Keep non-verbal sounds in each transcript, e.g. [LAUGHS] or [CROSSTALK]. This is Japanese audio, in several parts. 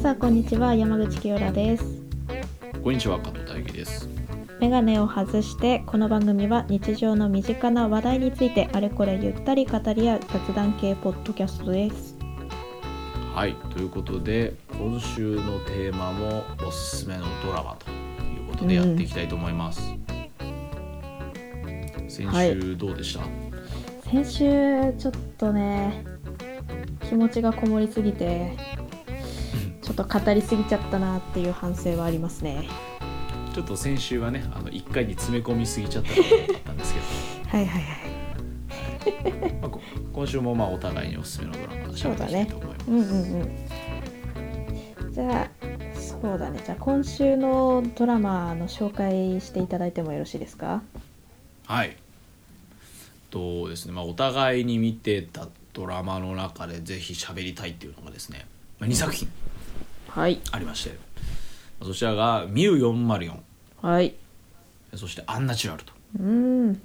さんこんにちは山口清良ですこんにちは、加藤大輝です。メガネを外してこの番組は日常の身近な話題についてあれこれゆったり語り合う雑談系ポッドキャストですはい、ということで、今週のテーマもおすすめのドラマということでやっていきたいと思います。先はい週どうでした、先週ちょっとね気持ちがこもりすぎてちょっと語りすぎちゃったなっていう反省はありますねちょっと先週はね、あの1回に詰め込みすぎちゃったことだったんですけはいはいはい [LAUGHS] ど、まあこ今週もまあお互いにおすすめのドラマを喋っていきたいと思いまうす。んうんうんじゃあそうだねじゃあ今週のドラマの紹介していただいてもよろしいですかはい。とですね、まあ、お互いに見てたドラマの中でぜひ喋りたいっていうのがですね、まあ、2作品はいありまして、まあそちらが「ミュ404はい」そして「アンナチュラルとうん」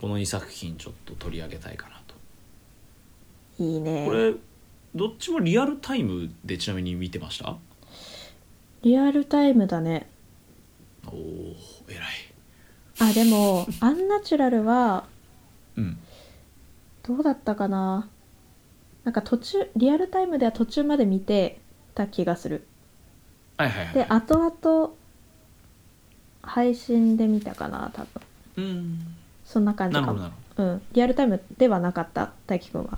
この2作品ちょっと取り上げたいかなといいねこれどっちもリアルタイムでちなみに見てましたリアルタイムだねおお偉いあで [LAUGHS] もアンナチュラルはうんどうだったかななんか途中リアルタイムでは途中まで見てた気がするはいはいはでい後々配信で見たかな多分うんそんな感じなかるもほどなるほうん、リアルタイムではなかった大輝くんは。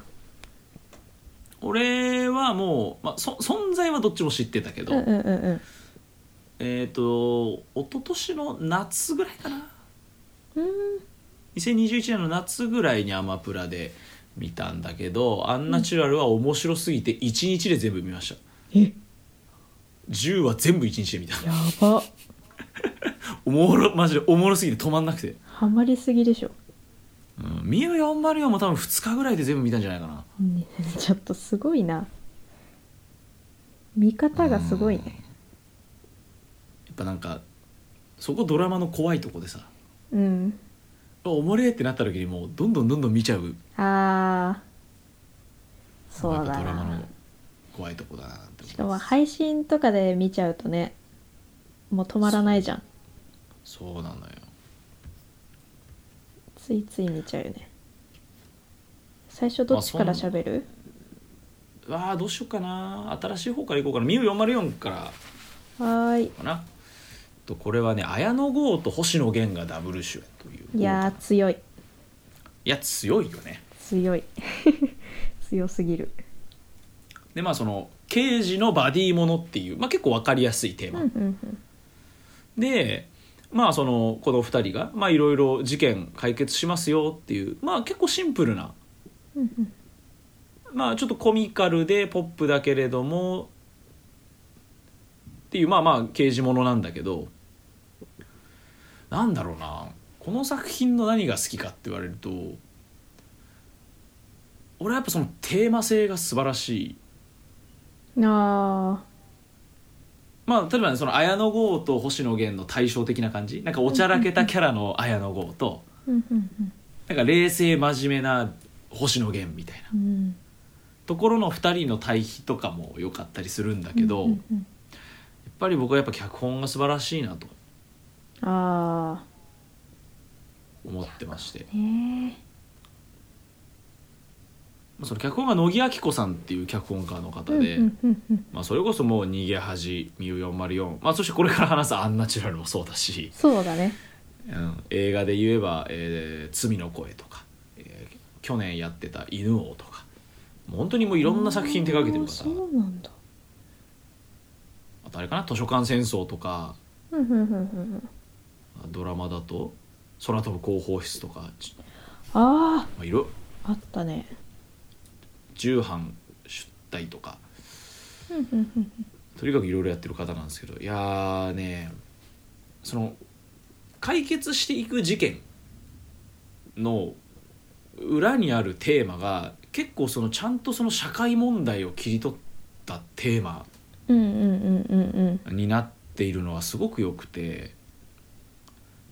ど俺はもう、まあ、そ存在はどっちも知ってたけど、うんうんうんうん。えっ、と一昨年の夏ぐらいかなうん2021年の夏ぐらいにアマプラで見たんだけど「アンナチュラル」は面白すぎて1日で全部見ましたえ10は全部1日で見たやばおもろマジでおもろすぎて止まんなくてハマりすぎでしょ、 「うん、ミュ404」も多分2日ぐらいで全部見たんじゃないかなうん、 [LAUGHS] ちょっとすごいな見方がすごいねやっぱなんかそこドラマの怖いとこでさうんおもれーってなった時にもうどんどんどんどん見ちゃうあーそうだやっぱドラマなの怖いとこだなってしか思もいます配信とかで見ちゃうとねもう止まらないじゃんそうなのよついつい見ちゃうよね最初どっちから喋るわあどうしようかな新しい方からいこうかなミュ404からはーいかなとこれはね綾野剛と星野源がダブル主演といういやー強いいや強いよね強い [LAUGHS] 強すぎるでまあその刑事のバディものっていう、まあ、結構分かりやすいテーうマ、んうんうんでまあそのこの2人がまあいろいろ事件解決しますよっていうまあ結構シンプルな、うんうんまあ、ちょっとコミカルでポップだけれどもっていうまあまあ刑事ものなんだけどなんだろうなこの作品の何が好きかって言われると俺はやっぱそのテーマ性が素晴らしいあまあ、例えば、ね、その綾野剛と星野源の対照的な感じなんかおちゃらけたキャラの綾野剛とあうんうんなんか冷静真面目な星野源みたいなうんうんところの2人の対比とかも良かったりするんだけど、うんうやんうっんぱり僕はやっぱ脚本が素晴らしいなとあ思ってましてあねその脚本が乃木明子さんっていう脚本家のえ方で、うんうんうんうんまあ、それこそもう「逃げ恥」「ミュ404」まあ、そしてこれから話す「アンナチュラル」もそうだし、そうだねうん映画で言えば「えー罪の声」とか、えー去年やってた「犬王」とかもう本当にもういろんな作品手掛けてるあー方そうなんだあとあれかな「図書館戦争」とかうんうんうんうんドラマだと「空飛ぶ広報室」とか、ちあまあ、いろああったね重版出題とかうんうんうんとにかくいろいろやってる方なんですけどいやーねその解決していく事件の裏にあるテーマが結構そのちゃんとその社会問題を切り取ったテーマうんうんうんうんうんになっているのはすごく良くて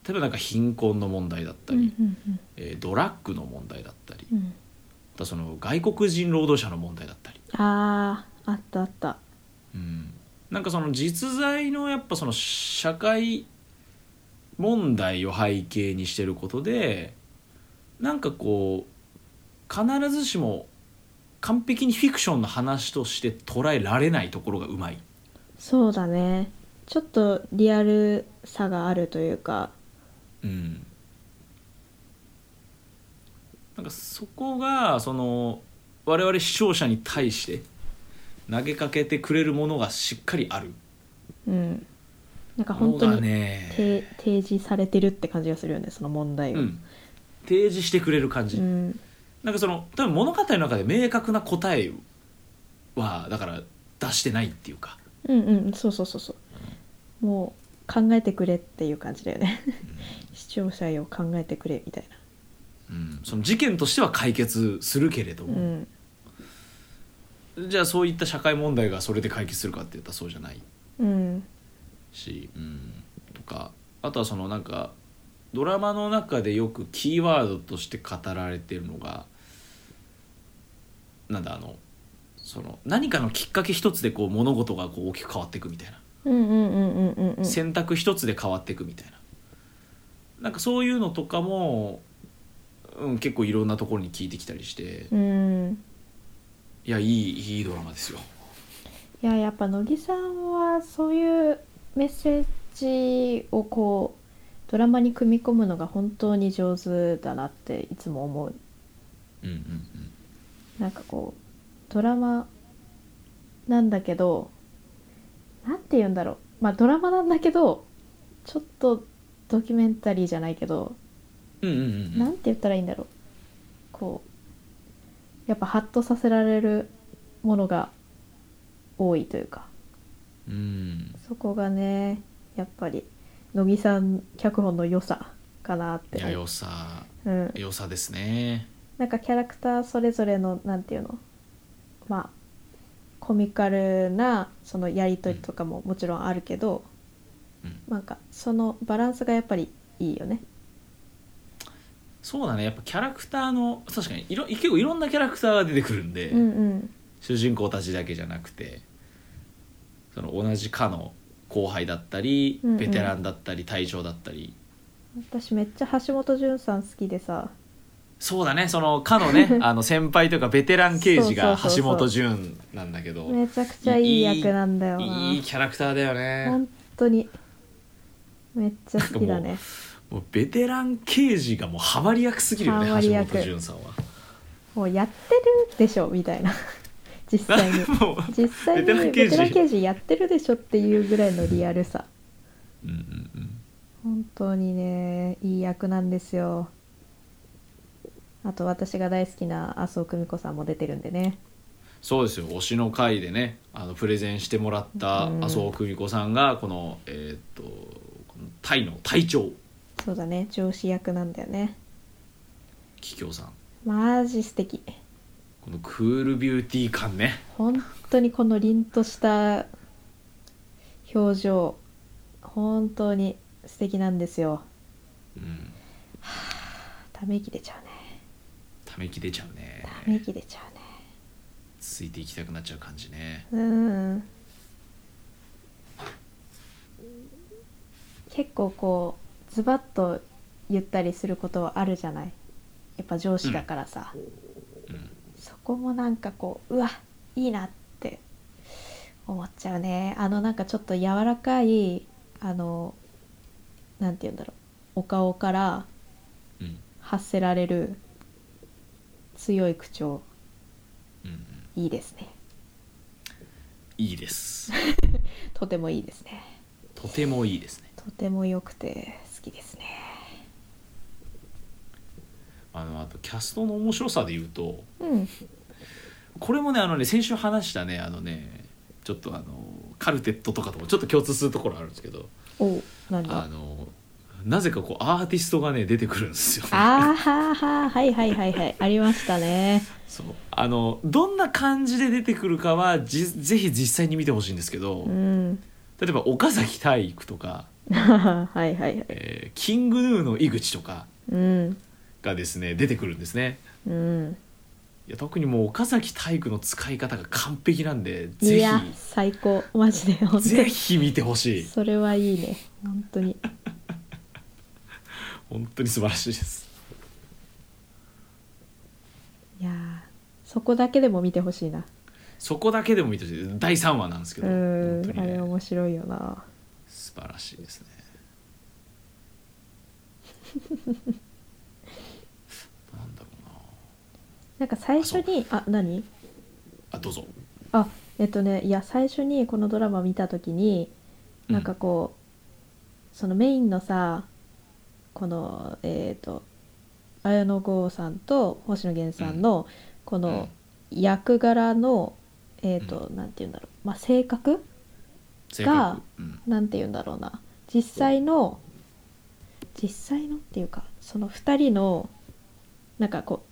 例えばなんか貧困の問題だったり、うんえードラッグの問題だったりうんうんあとその外国人労働者の問題だったり、あああったあったうんなんかその実在のやっぱその社会問題を背景にしてることでなんかこう必ずしも完璧にフィクションの話として捉えられないところがうまいそうだねちょっとリアルさがあるというかうん、なんかそこがその我々視聴者に対して投げかけてくれるものがしっかりあるうんなんかの本当がにね、て提示されてるって感じがするよねその問題うが、ん、提示してくれる感じ、うんなんかその多分物語の中で明確な答えはだから出してないっていうかうんうんそうそうそうそうもう考えてくれっていう感じだよね [LAUGHS] 視聴者よ考えてくれみたいうん、その事件としては解決するけれどなうも、んじゃあそういった社会問題がそれで解決するかって言ったらそうじゃないうんし、うん、とかあとはそのなんかドラマの中でよくキーワードとして語られてるのがなんだあのその何かのきっかけ一つでこう物事がこう大きく変わっていくみたいな、うんうんうんうんうんうん選択一つで変わっていくみたいななんかそういうのとかも、うん、結構いろんなところに聞いてきたりしてうんいやいいいいドラマですよ。いややっぱ乃木さんはそういうメッセージをこうドラマに組み込むのが本当に上手だなっていつも思ううんうんうんなんかこうドラマなんだけどなんて言うんだろうまあドラマなんだけどちょっとドキュメンタリーじゃないけどうんうんうなんんて言ったらいいんだろうこうやっぱハッとさせられるものが多いというかうんそこがねやっぱり乃木さん脚本の良さかなっていや良さうん、良さですね。なんかキャラクターそれぞれのなんていうのまあコミカルなそのやり取りとかももちろんあるけど、うんなんかそのバランスがやっぱりいいよねそうだねやっぱキャラクターの確かにいろ結構いろんなキャラクターが出てくるんで、うんうん主人公たちだけじゃなくてその同じ課の後輩だったり、うんうんベテランだったり隊長だったり私めっちゃ橋本潤さん好きでさそうだねその課 [LAUGHS] のねあの先輩というかベテラン刑事がそうそう橋そうそう本潤なんだけどめちゃくちゃいい役なんだよないいキャラクターだよね本当にめっちゃ好きだねもうベテラン刑事がもうハマり役すぎるよねハマり役橋本潤さんは。もうやってるでしょみたいな [LAUGHS] 実 [LAUGHS] 際にもう実際にベテラン刑ベ事テラン刑事やってるでしょっていうぐらいのリアルさうんうんうん本当にねいい役なんですよあと私が大好きな麻生久美子さんも出てるんでねそうですよ推しの会でねあのプレゼンしてもらったうん麻生久美子さんがこの,、えーっとこのタイの隊長そうだね上司役なんだよね桔梗さんマジ素敵このクールビューティー感ね本当にこの凛とした表情本当に素敵なんですようんため息出ちゃうねため息出ちゃうねため息出ちゃうねついていきたくなっちゃう感じねうん結構こうズバッと言ったりすることはあるじゃないやっぱ上司だからさ、うんそこもなんかこううわいいなって思っちゃうねあのなんかちょっと柔らかいあのなんて言うんだろうお顔からうん発せられる強い口調うんうんいいですねいいですとてもいいですねとてもいいですねとても良くて好きですねあのあとキャストの面白さで言うとうんこれもねあのね先週話したねあのねちょっとあのカルテットとかともちょっと共通するところあるんですけどおなんだああのなぜかこうアーティストがね出てくるんですよ。あーはーはーはいはいはいはいありましたねそうあのどんな感じで出てくるかはじぜひ実際に見てほしいんですけど、うん [LAUGHS] 例えば岡崎体育とか、はいはいはいえーキングヌーの井口とかうんがですね出てくるんですね。うんいやや特にもう岡崎体育の使い方が完璧なんでいぜや最高マジで本ひ当ぜひ見てほしにいそれはいいね本当に本当に素晴らしいですいやーそこだけでも見てほしいなそこだけでも見てほしい第3話なんですけうどん本当あにれね面白いよな素晴らしい [LAUGHS] ですねなんだろうななんか最初にあ何あどうぞあえっとねいや最初にこのドラマ見た時になんかこう、そのメインのさこのえっ、と綾野剛さんと星野源さんのこうんの役柄の、えっ、と、なんて言うんだろう、まあ、性格性格うんなんて言うんだろうな実際の実際のっていうかその2人のなんかこ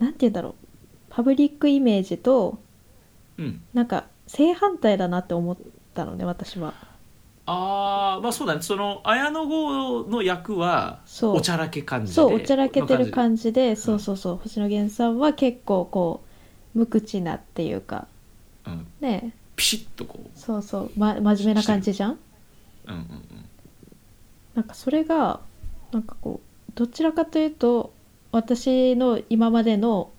うなんて言うんだろうパブリックイメージとうんなんか正反対だなって思ったのね私は。あーまあそうだねその綾野剛の役はそうおちゃらけ感じでそうおちゃらけてるじ感じでそうそうそう星野源さんは結構こう無口なっていうかうん、ねえピシッとこうそうそう、ま、真面目な感じじゃんうんうんうんなんかそれがなんかこうどちらかというと私の今までの、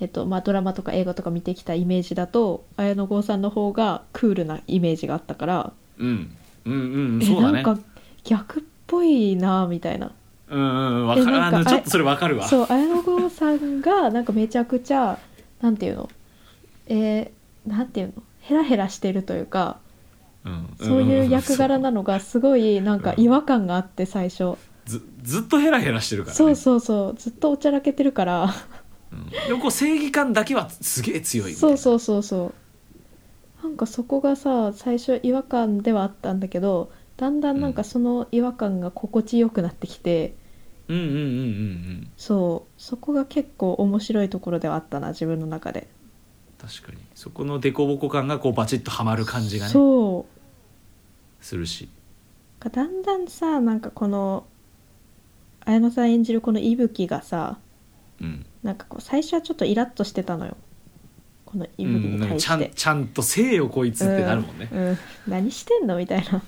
えっとまあ、ドラマとか映画とか見てきたイメージだと綾野剛さんの方がクールなイメージがあったから、うんうんうんえそうだなねんか逆っぽいなみたいなうんうんわかえるなんあかのあちれょっとそれわかるわそう綾野剛さんがなんかめちゃくちゃなんていうのえー、なんていうのヘラヘラしてるというかうんそういう役柄なののがすごいなんか違和感があって最初、ずずっとヘラヘラしてるからねそうそうそうずっとおちゃらけてるからうんでもこう正義感だけはすげえ強いみたいそうなそうそうそうなんかそこがさ最初違和感ではあったんだけどだんだんなんかその違和感が心地よくなってきて、うんうんうんうんうんそうそこが結構面白いところではあったな自分の中で確かにそこの凸凹感がこうバチッとはまる感じがねそうするしかだんだんさなんかこの綾野さん演じるこの伊吹がさうんなんかこう最初はちょっとイラッとしてたのよこの伊う吹んになんか対ちゃしてん、ちゃんとせえよこいつってなるもんねうん何してんのみたいな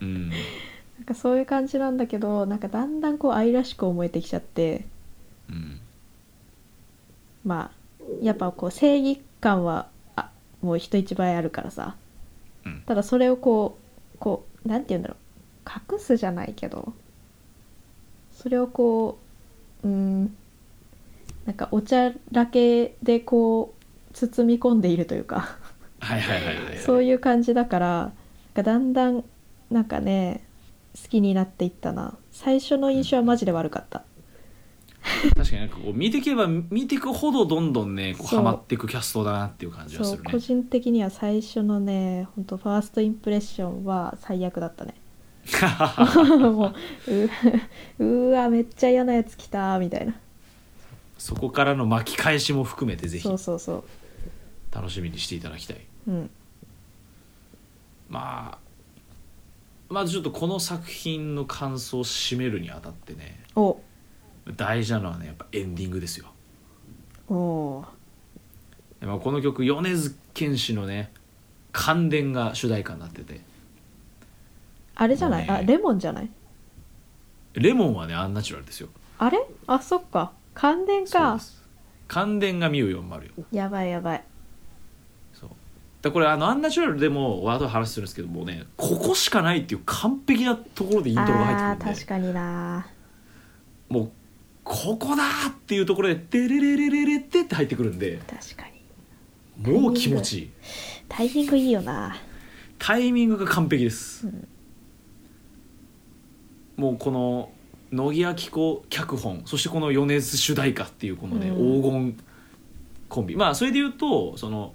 うんなんかそういう感じなんだけどなんかだんだんこう愛らしく思えてきちゃってうんまあやっぱこう正義感はあもう人一倍あるからさうんただそれをこうこうなんて言うんだろう隠すじゃないけどそれをこううんなんかおちゃらけでこう包み込んでいるというかはいはいはいはい [LAUGHS] そういう感じだからなんかだんだんなんかね好きになっていったな最初の印象はマジで悪かった確かになんかこう見ていけば見ていくほどどんどんねこうそうハマっていくキャストだなっていう感じがそすうるね個人的には最初のね本当ファーストインプレッションは最悪だったね [LAUGHS] もうううーわめっちゃ嫌なやつ来たみたいな [LAUGHS] そこからの巻き返しも含めてぜひそうそうそ楽しみにしていただきたいううんまあまずちょっとこの作品の感想を締めるにあたってねお大事なのはねやっぱエンディングですよおーでまあこの曲米津玄師のね感電が主題歌になっててあれじゃない、もうねあレモンじゃないレモンはねアンナチュラルですよあれあそっか感電そうかです感電がミュー404やばいやばいそうだこれあのアンナチュラルでもワード話するんですけどもうねここしかないっていう完璧なところでイントロが入あーってくるんで確かになもうここだーっていうところで「テレレレレレって」って入ってくるんで確かにもう気持ちいいタイミングいいよなタイミングが完璧です、うんもうこの乃木明子脚本そしてこの米津主題歌っていうこのね、うん黄金コンビまあそれで言うとその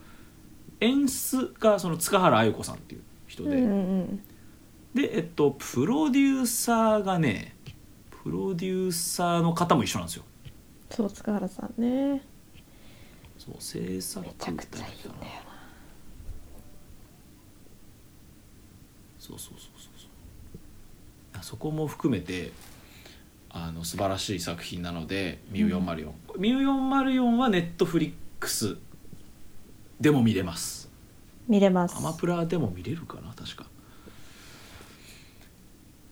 演出がその塚原愛子さんっていう人うんで、うんでえっとプロデューサーがねプロデューサーの方も一緒なんですよそう塚原さんねそう制作めちゃくちゃいいん誰かだなよそうそうそうそうそうあそこも含めてあの素晴らしい作品なので「ミュー404」ミュー404」はネットフリックスでも見れます見れますアマプラでも見れるかな確か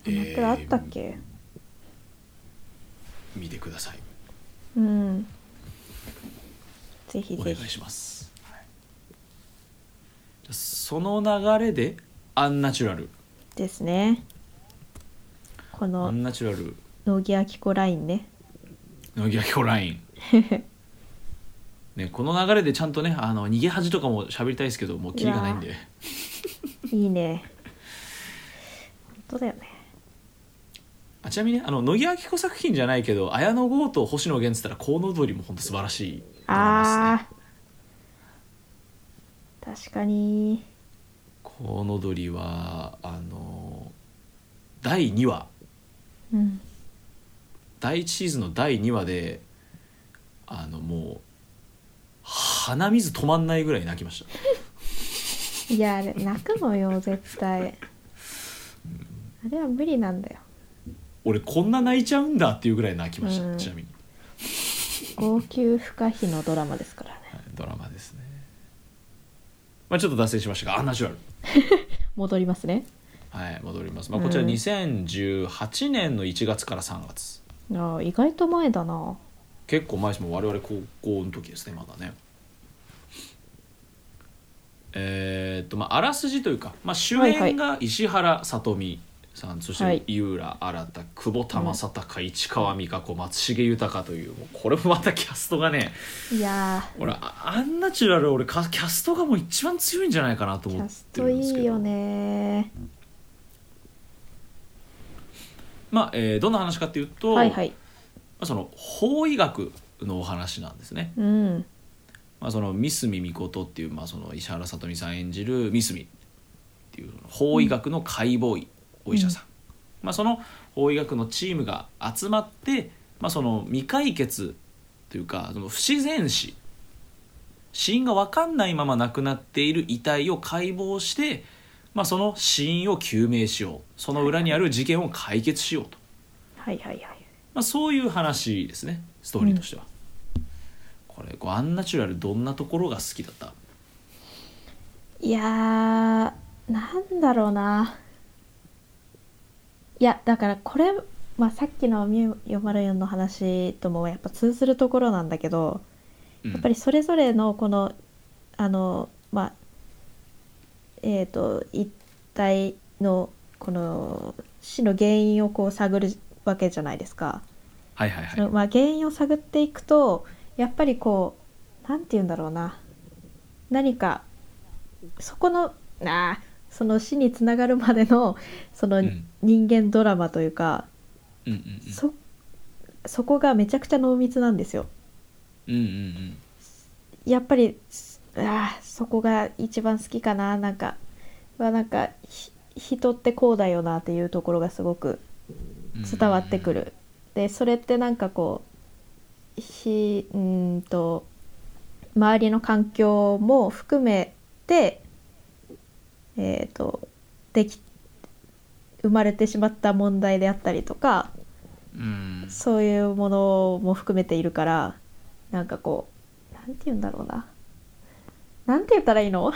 アマプラあったっけ、えー見てくださいうんぜひおぜ願いひします、はいじゃあその流れで「アンナチュラル」ですねこ「アのンナチュラル乃木明子ラインね乃木明子ライン」ね、この流れでちゃんとねあの逃げ恥とかも喋りたいですけどもうキリがないんいでいいね本当だよねあちなみにねあの乃木明子作品じゃないけど綾野剛と星野源っつったらコウノドリも本当素晴らしいと思いますねあー確かにコウノドリはあの第2話うん第1シーズンの第2話であのもう鼻水止まんないぐらい泣きましたいやあれ泣くのよ絶対あれは無理なんだよ俺こんな泣いちゃうんだっていうぐらい泣きました、うんちなみに、号泣不可避のドラマですからねはいドラマですねまあちょっと脱線しましたがアンナチュラル戻りますねはい戻ります、まあ、こちらうん2018年の1月から3月、あー意外と前だな結構前ですもん我々高校の時ですねまだねえーっとまああらすじというか、まあ、主演が石原さとみさん、そしはいて井浦新久保田正孝、市川美香子松重豊というもうこれもまたキャストがねいや俺あアンナチュラル俺かキャストがもう一番強いんじゃないかなとーキ思ャっスてトるんでいすけどいよねまあえーどんな話かっていうと、はいはいまあ、その法医学のお話なんですね。うんまあ、その三角美琴っていう、まあ、その石原さとみさん演じる三角っていう法医学の解剖医、お医者さん、まあ、その法医学のチームが集まって、まあ、その未解決というかその不自然死死因が分かんないまま亡くなっている遺体を解剖して、まあ、その死因を究明しようその裏にある事件を解決しようと。はいはいはいまあ、そういう話ですねストーリーとしては、これこうアンナチュラルどんなところが好きだったいやーなんだろうないやだからこれ、まあ、さっきの「404」の話ともやっぱ通ずるところなんだけどややっぱりそれぞれのこのあのまあえっ、と一体のこの死の原因をこう探るわけじゃないですか。はいはいそのはいまあ、原因を探っていくとやっぱりこうなんて言うんだろうな何かそこのなあその死につながるまでの [LAUGHS] そのうん人間ドラマというか、うんうんそそこがめちゃくちゃ濃密なんですよ。うんうんうんやっぱりああそこが一番好きかななんかはなんかひ人ってこうだよなっていうところがすごくうん伝わってくる。でそれってなんかこうひうーんと周りの環境も含めてえっ、とでき生まれてしまった問題であったりとかうんそういうものも含めているからなんかこうなんて言うんだろうななんて言ったらいい [LAUGHS] の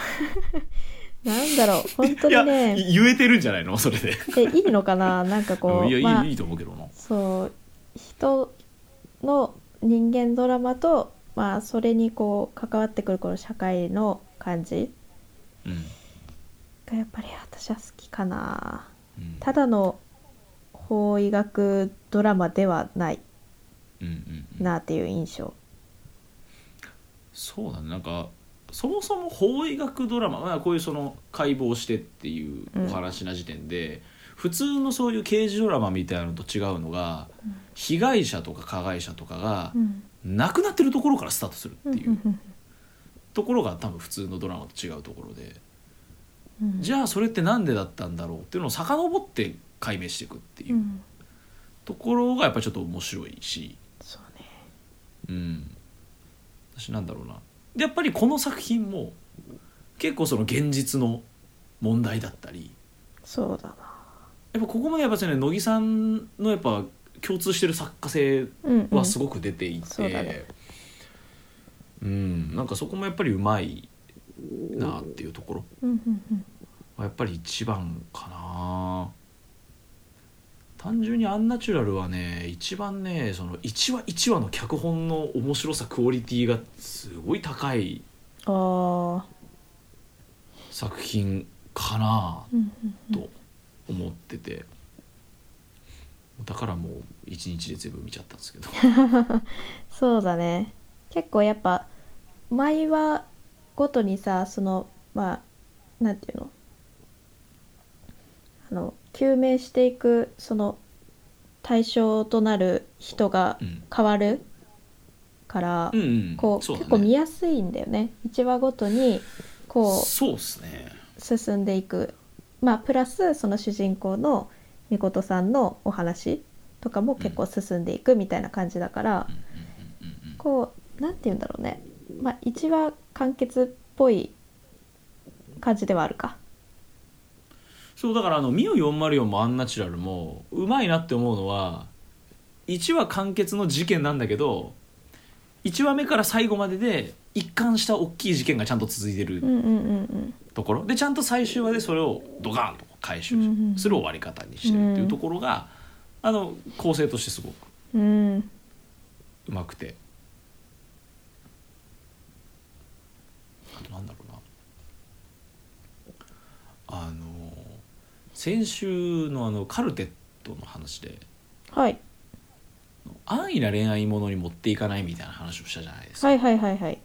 なんだろう本当いやにね言えてるんじゃないのそれでえいいのかななんかこいやういい,、まあいいと思うけどなそう人の人間ドラマと、まあ、それにこう関わってくるこの社会の感じうんがやっぱり私は好きかなうんただの法医学ドラマではないうんうんうんなっていう印象そうだねなんかそもそも法医学ドラマ、まあ、こういうその解剖してっていうお話な時点で、普通のそういう刑事ドラマみたいなのと違うのが、被害者とか加害者とかがうん亡くなってるところからスタートするっていううんうんところが多分普通のドラマと違うところで、うんうんじゃあそれってなんでだったんだろうっていうのを遡って解明していくっていううんところがやっぱちょっと面白いし。そうねうん私なんだろうなでやっぱりこの作品も結構その現実の問題だったりそうだなやっぱここまでやっぱその乃木さんのやっぱ共通してる作家性うんうんはすごく出ていて、そうだねうんなんかそこもやっぱりうまいなっていうところうんうんうんはやっぱり一番かな単純に「アンナチュラル」はね一番ねその一話一話の脚本の面白さクオリティがすごい高いああ作品かなうんうんうんと思っててだからもう一日で全部見ちゃったんで [LAUGHS] すけどそうだね結構やっぱ毎話ごとにさそのまあなんていうのあの究明していくその対象となる人がうん変わるから、うんうんこうそうだ結構見ねやすいんだよね1話ごとにこそうっすねう進んでいくまあプラスその主人公のみことさんのお話とかも結構進んでいくみたいな感じだから、うんうんうんうんこうなんて言うんだろうねまあ一話完結っぽい感じではあるかそうだからあの「ミオ404」も「アンナチュラル」もうまいなって思うのは1話完結の事件なんだけど1話目から最後までで一貫した大きい事件がちゃんと続いてうるんうんうんところでちゃんと最終話でそれをドカーンと回収うんうんする終わり方にしてるっていうところが、あの構成としてすごくうんうんうまくてあとなんだろうなあの先週のあのカルテットの話ではい安易な恋愛ものに持っていかないみたいな話をしたじゃないですか、はいはいはいはい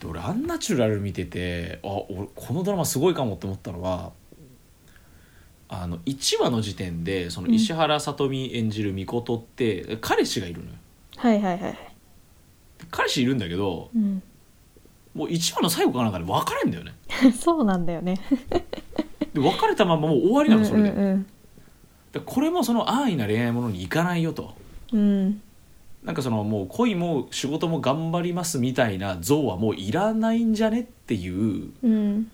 で俺アンナチュラル見ててあ俺このドラマすごいかもって思ったのはあの1話の時点でその石原さとみ演じる美琴って彼氏がいるのよはいはいはいはい彼氏いるんだけどうんもう1話の最後かなんかで別れんだよね [LAUGHS] そうなんだよねで別れたままもう終わりなのそれで,、うんうんでこれもその安易な恋愛ものにいかないよとうんうんなんかそのもう恋も仕事も頑張りますみたいな像はもういらないんじゃねっていううん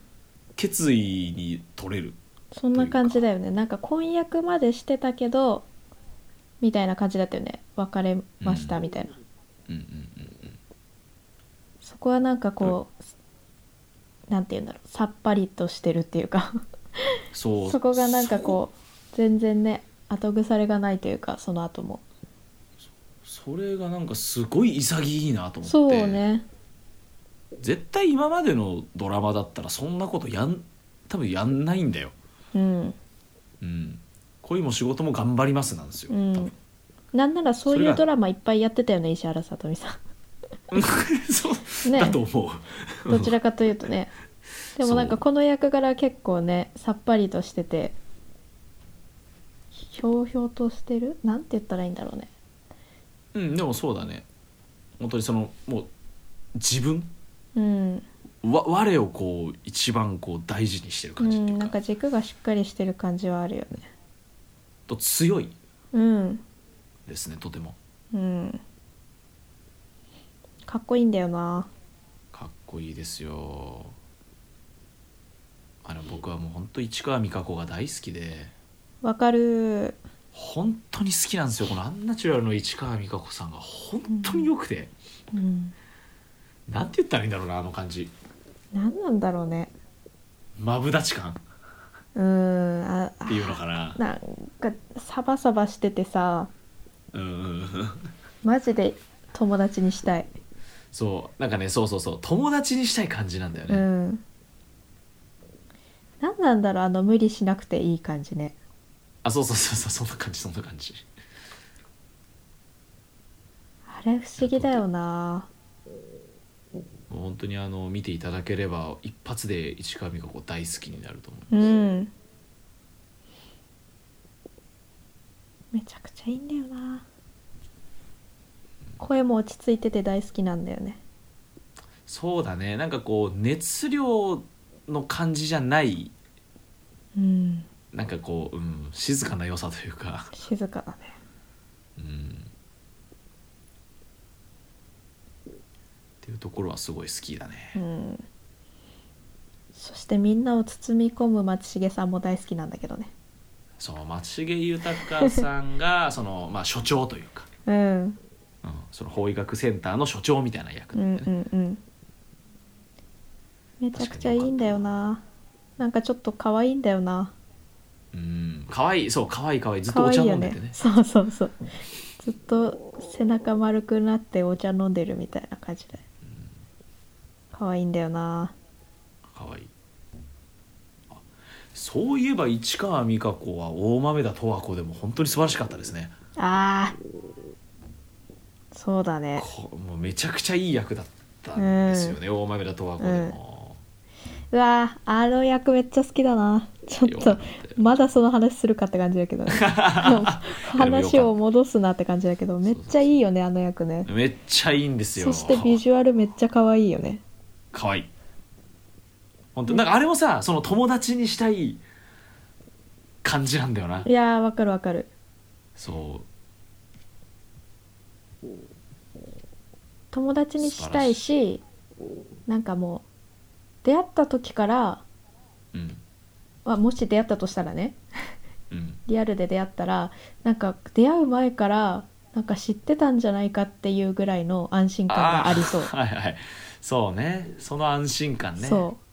決意に取れるそんな感じだよねなんか婚約までしてたけどみたいな感じだったよね別れましたうんみたいな、うんうんうんそこはなんかこう、なんて言うんだろうさっぱりとしてるっていうかそうそこがなんかこう全然ね後腐れがないというかその後もそうそれがなんかすごい潔いなと思ってそうね絶対今までのドラマだったらそんなことやん多分やんないんだよ、うんうん、恋も仕事も頑張りますなんですよ、う多分んなんならそうそれいうがドラマいっぱいやってたよね石原さとみさ [LAUGHS] そうんねだと思 [LAUGHS] うどちらかというとねでもなんそかうこの役柄結構ねさっぱりとしててひょうひょうとしてるなんて言ったらいいんだろうねうんでもそうだね本当にそのもう自分うん、わ我をこう一番こう大事にしてるう感じっていん、うか,、なんか軸がしっかりしてる感じはあるよねと強いうんですねとてもうんかっこいいんだよなかっこいいですよあの僕はもう本当市川美香子が大好きでわかる本当に好きなんですよこのアンナチュラルの市川美香子さんが本当に良くて、うんなんて言ったらいいんだろうなあの感じ何なんだろうねマブダチ感うーんああっていうのかななんかサバサバしててさうんうんうんマジで友達にしたい、そうなんかねそうそうそう友達にしたい感じなんだよね、うん何なんだろうあの無理しなくていい感じねあそうそうそうそうそんな感じそんな感じあれ不思議だよなもう本当にあの見ていただければ一発で市川美香子大好きになると思ううんめちゃくちゃいいんだよな声も落ち着いてて大好きなんだよねそうだねなんかこう熱量の感じじゃないうんなんかこう、うん、静かな良さというか、静かだねうん、っていうところはすごい好きだね、うんそしてみんなを包み込む松重さんも大好きなんだけどねそう松重豊さんが [LAUGHS] その、まあ、所長というか、うんうん、その法医学センターの所長みたいな役うだよんね、うんうんめちゃくちゃいいんだよななんかちょっと可愛いんだよなうん可愛いそう可愛い可愛いずっと可お愛い茶よ飲んでてねねそうそうそうずっと背中丸くなってお茶飲んでるみたいな感じで可愛いんだよな可愛いあそういえば市川美香子は大豆田十和子でも本当に素晴らしかったですねあーそうだねこもうめちゃくちゃいい役だったんですよね、大豆田十和子でも、うわーあの役めっちゃ好きだなちょっよかとたまだその話するかって感じだけ [LAUGHS] どね話を戻すなって感じだけどめっちゃいいよねあの役ねめっちゃいいんですよそしてビジュアルめっちゃ可愛いよね可愛い本当なんかあれもさその友達にしたい感じなんだよないやーわかるわかるそう友達にしたいしなんかもう出会った時から、うんまあ、もし出会ったとしたらねうんリアルで出会ったらなんか出会う前からなんか知ってたんじゃないかっていうぐらいの安心感がありそうー、 [LAUGHS] はいはいそうねその安心感ねそう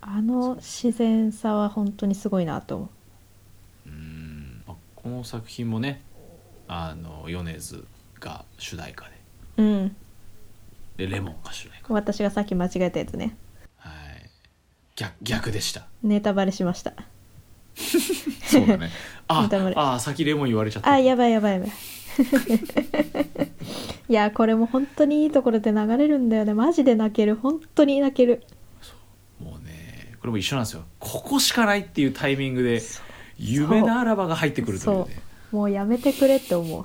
あの自然さは本当にすごいなと思ううんまあこの作品もねあの米津が主題歌うんででレモンが主題歌私がさっき間違えたやつねはい逆逆でしたネタバレしました [LAUGHS] そうだねあ [LAUGHS] ネタバレあ先レモン言われちゃったあやばいやばいやばい [LAUGHS] いやこれも本当にいいところで流れるんだよねマジで泣ける本当に泣けるもうねこれも一緒なんですよここしかないっていうタイミングで夢ならばが入ってくるというねもうやめてくれって思 [LAUGHS]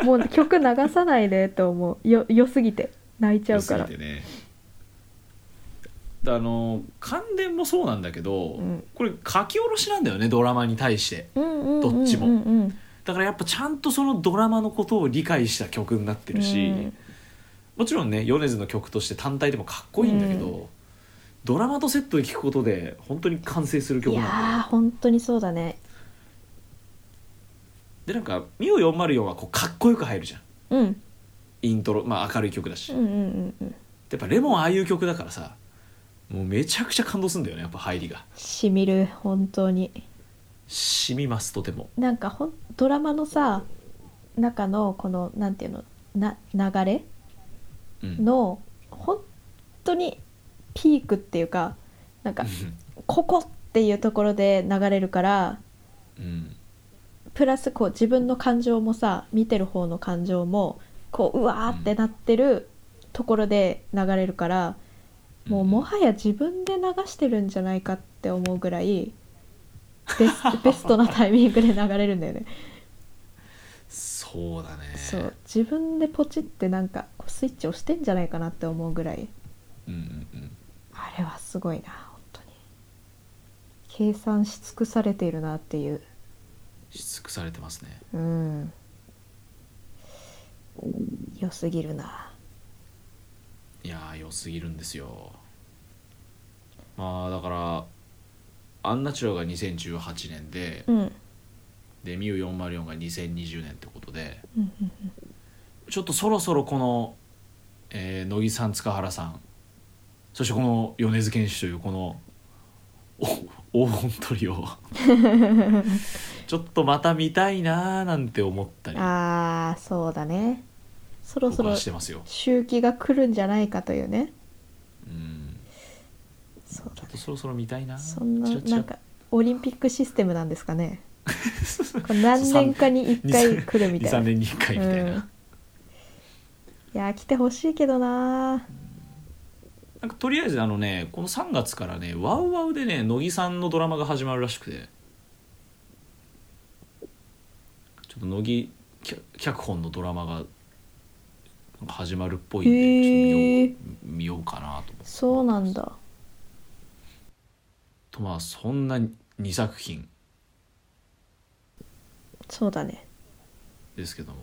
うもう曲流さないでって思うよ良すぎて泣いちゃうから良すぎてねあの関連もそうなんだけど、うんこれ書き下ろしなんだよねドラマに対してうんうんうんうんうんどっちもだからやっぱちゃんとそのドラマのことを理解した曲になってるし、うんもちろんね米津の曲として単体でもかっこいいんだけど、うドラマとセットで聴くことで本当に完成するい曲やなんだーよ本当にそうだねでなんか「ミオ404」はこうかっこよく入るじゃんうんイントロ、まあ、明るい曲だし、うんうんうんうんやっぱ「レモン」ああいう曲だからさもうめちゃくちゃ感動するんだよねやっぱ入りがしみる本当に染みますとてもなんかほんドラマのさ中のこのなんていうのな流れうんの本当にピークっていうかなんかここっていうところで流れるからうんプラスこう自分の感情もさ見てる方の感情もこううわーってなってるところで流れるから、もうもはや自分で流してるんじゃないかって思うぐら [LAUGHS] いベスベストなタイミングで流れるんだよね。そうだねそう自分でポチってなんかこうスイッチ押してんじゃないかなって思うぐらいうんうんうんあれはすごいな本当に計算し尽くされているなっていうし尽くされてますねうん良すぎるないやー良すぎるんですよまあだからアンナチュラが2018年で、うんうんでミュー404が2020年ってことでうんうんちょっとそろそろこの、えー乃木さん塚原さんそしてこの米津玄師というこのお黄金トリオちょっとまた見たいなーなんて思ったりああそうだねそろそ僕ろはしてますよ。周期が来るんじゃないかというねうんそうだちょっとそろそろ見たいなそんなチラチなラん [LAUGHS] かオリンピックシステムなんですかねこれ何年かに1回来るみたい23な年に1回みたいな、うんいやー来てほしいけどななんかとりあえずあのねこの3月からねワウワウでね乃木さんのドラマが始まるらしくてちょっと乃木脚脚本のドラマがなんか始まるっぽいんで、へーちょっと見よう見ようかなと思ってそうなんだとまあそんな2作品そうだねですけども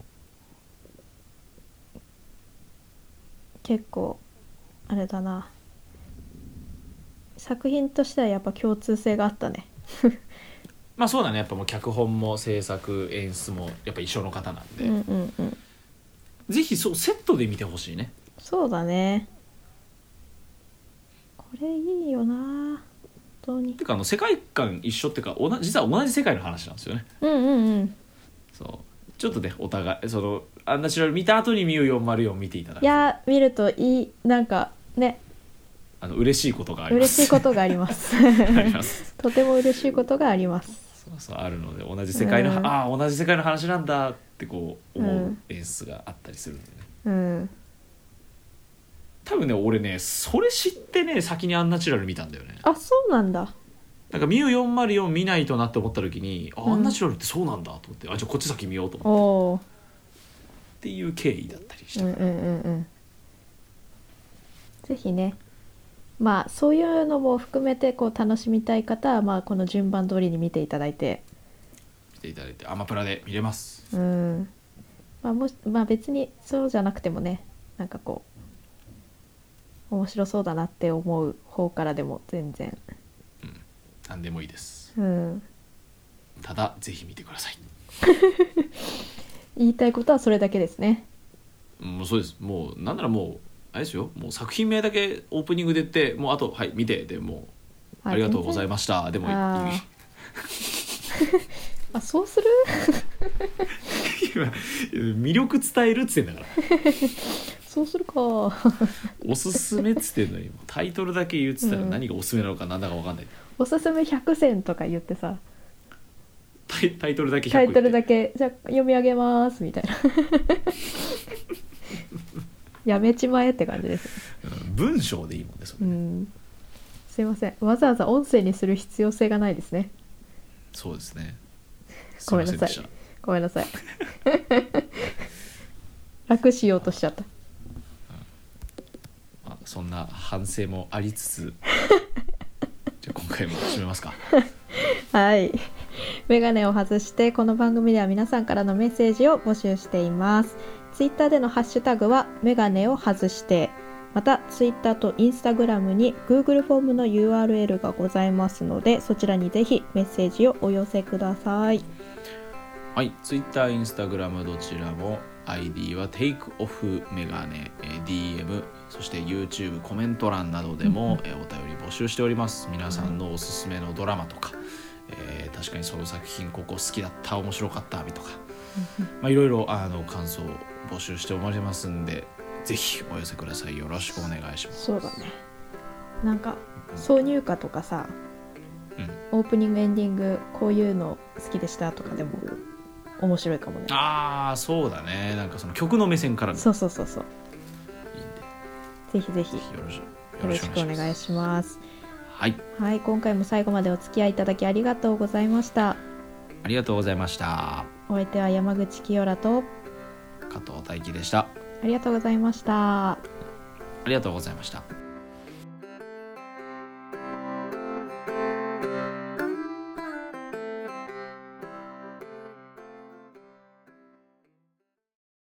結構あれだな作品としてはやっぱ共通性があったねまあそうだねやっぱもう脚本も制作演出もやっぱ一緒の方なんうで、んうんうんぜひそうセットで見てほしいねそうだねこれいいよな本当にてかあの世界観一緒っていうか同じ実は同じ世界の話なんですよねうんうんうんそうちょっとねお互いそのアンナチュラル見た後にミュー404を見ていただいくやー見るといいなんかねあの嬉しいことがあります嬉しいことがありますあ [LAUGHS] ありますとても嬉しいことがありますそうそうあるので同じ世界の、うんああ同じ世界の話なんだってこう思ううん演出があったりするんでね、うん多分ね俺ねそれ知ってね先にアンナチュラル見たんだよねあそうなんだなんかミュー404見ないとなって思った時にあうんアンナチュラルってそうなんだと思ってあじゃあこっち先見ようと思おおってっていう経緯だったりしーたうんうんうんうんぜひねまあそういうのも含めてこう楽しみたい方は、まあ、この順番通りに見ていただいて見ていただいてアマプラで見れますうんまあもしまあ別にそうじゃなくてもねなんかこう面白そうだなって思う方からでも全然何でもいいですうんただぜひ見てください言いたいことはそれだけですねもうそうですもうなんならもうあれですよもう作品名だけオープニングで言ってもうあとはい見てでもうありがとうございまましたでもいいあーすあそうする今魅力伝えるっつってんだからそうするかおすすめっつってんのにもうタイトルだけ言うっつったらうん何がおすすめなのか何だか分かんない、おすすめ100選とか言ってさタイタイトルだけ100タイトル言っだけじゃあ読み上げますみたいな [LAUGHS] やめちまえって感じですてうん文章でいいもんねそれうんすいませんわざわざ音声にする必要性がないですねそうですねすごいめんまなせさいんでしたごめんなさい楽しようとしちゃったまあ、そんな反省もありつつじゃあ今回も締めますかはい。メガネを外してこの番組では皆さんからのメッセージを募集しています。ツイッターでのハッシュタグはメガネを外して。またツイッターとインスタグラムに Google フォームの URL がございますのでそちらにぜひメッセージをお寄せください。はい、Twitter、Instagram どちらも ID は TakeOff メガネ、えー DM、そして YouTube コメント欄などでも、えーお便り募集しております。皆さんのおすすめのドラマとか、えー確かにその作品ここ好きだった、面白かったとか、まあ、いろいろあの感想を募集しておりますんで、ぜひお寄せください。よろしくお願いします。そうだね。なんか挿入歌とかさ、うんオープニングエンディングこういうの好きでしたとかでも面白いかもね。ああ、そうだね。なんかその曲の目線からもいいそうそうそうそう。んぜで、ひぜひぜひよろしよろしくおよろしくお願願いいしします。ます。はい、はい、今回も最後までお付き合いいただきありがとうございました。ありがとうございました。お相手は山口清良と加藤大輝でした。ありがとうございました。ありがとうございました。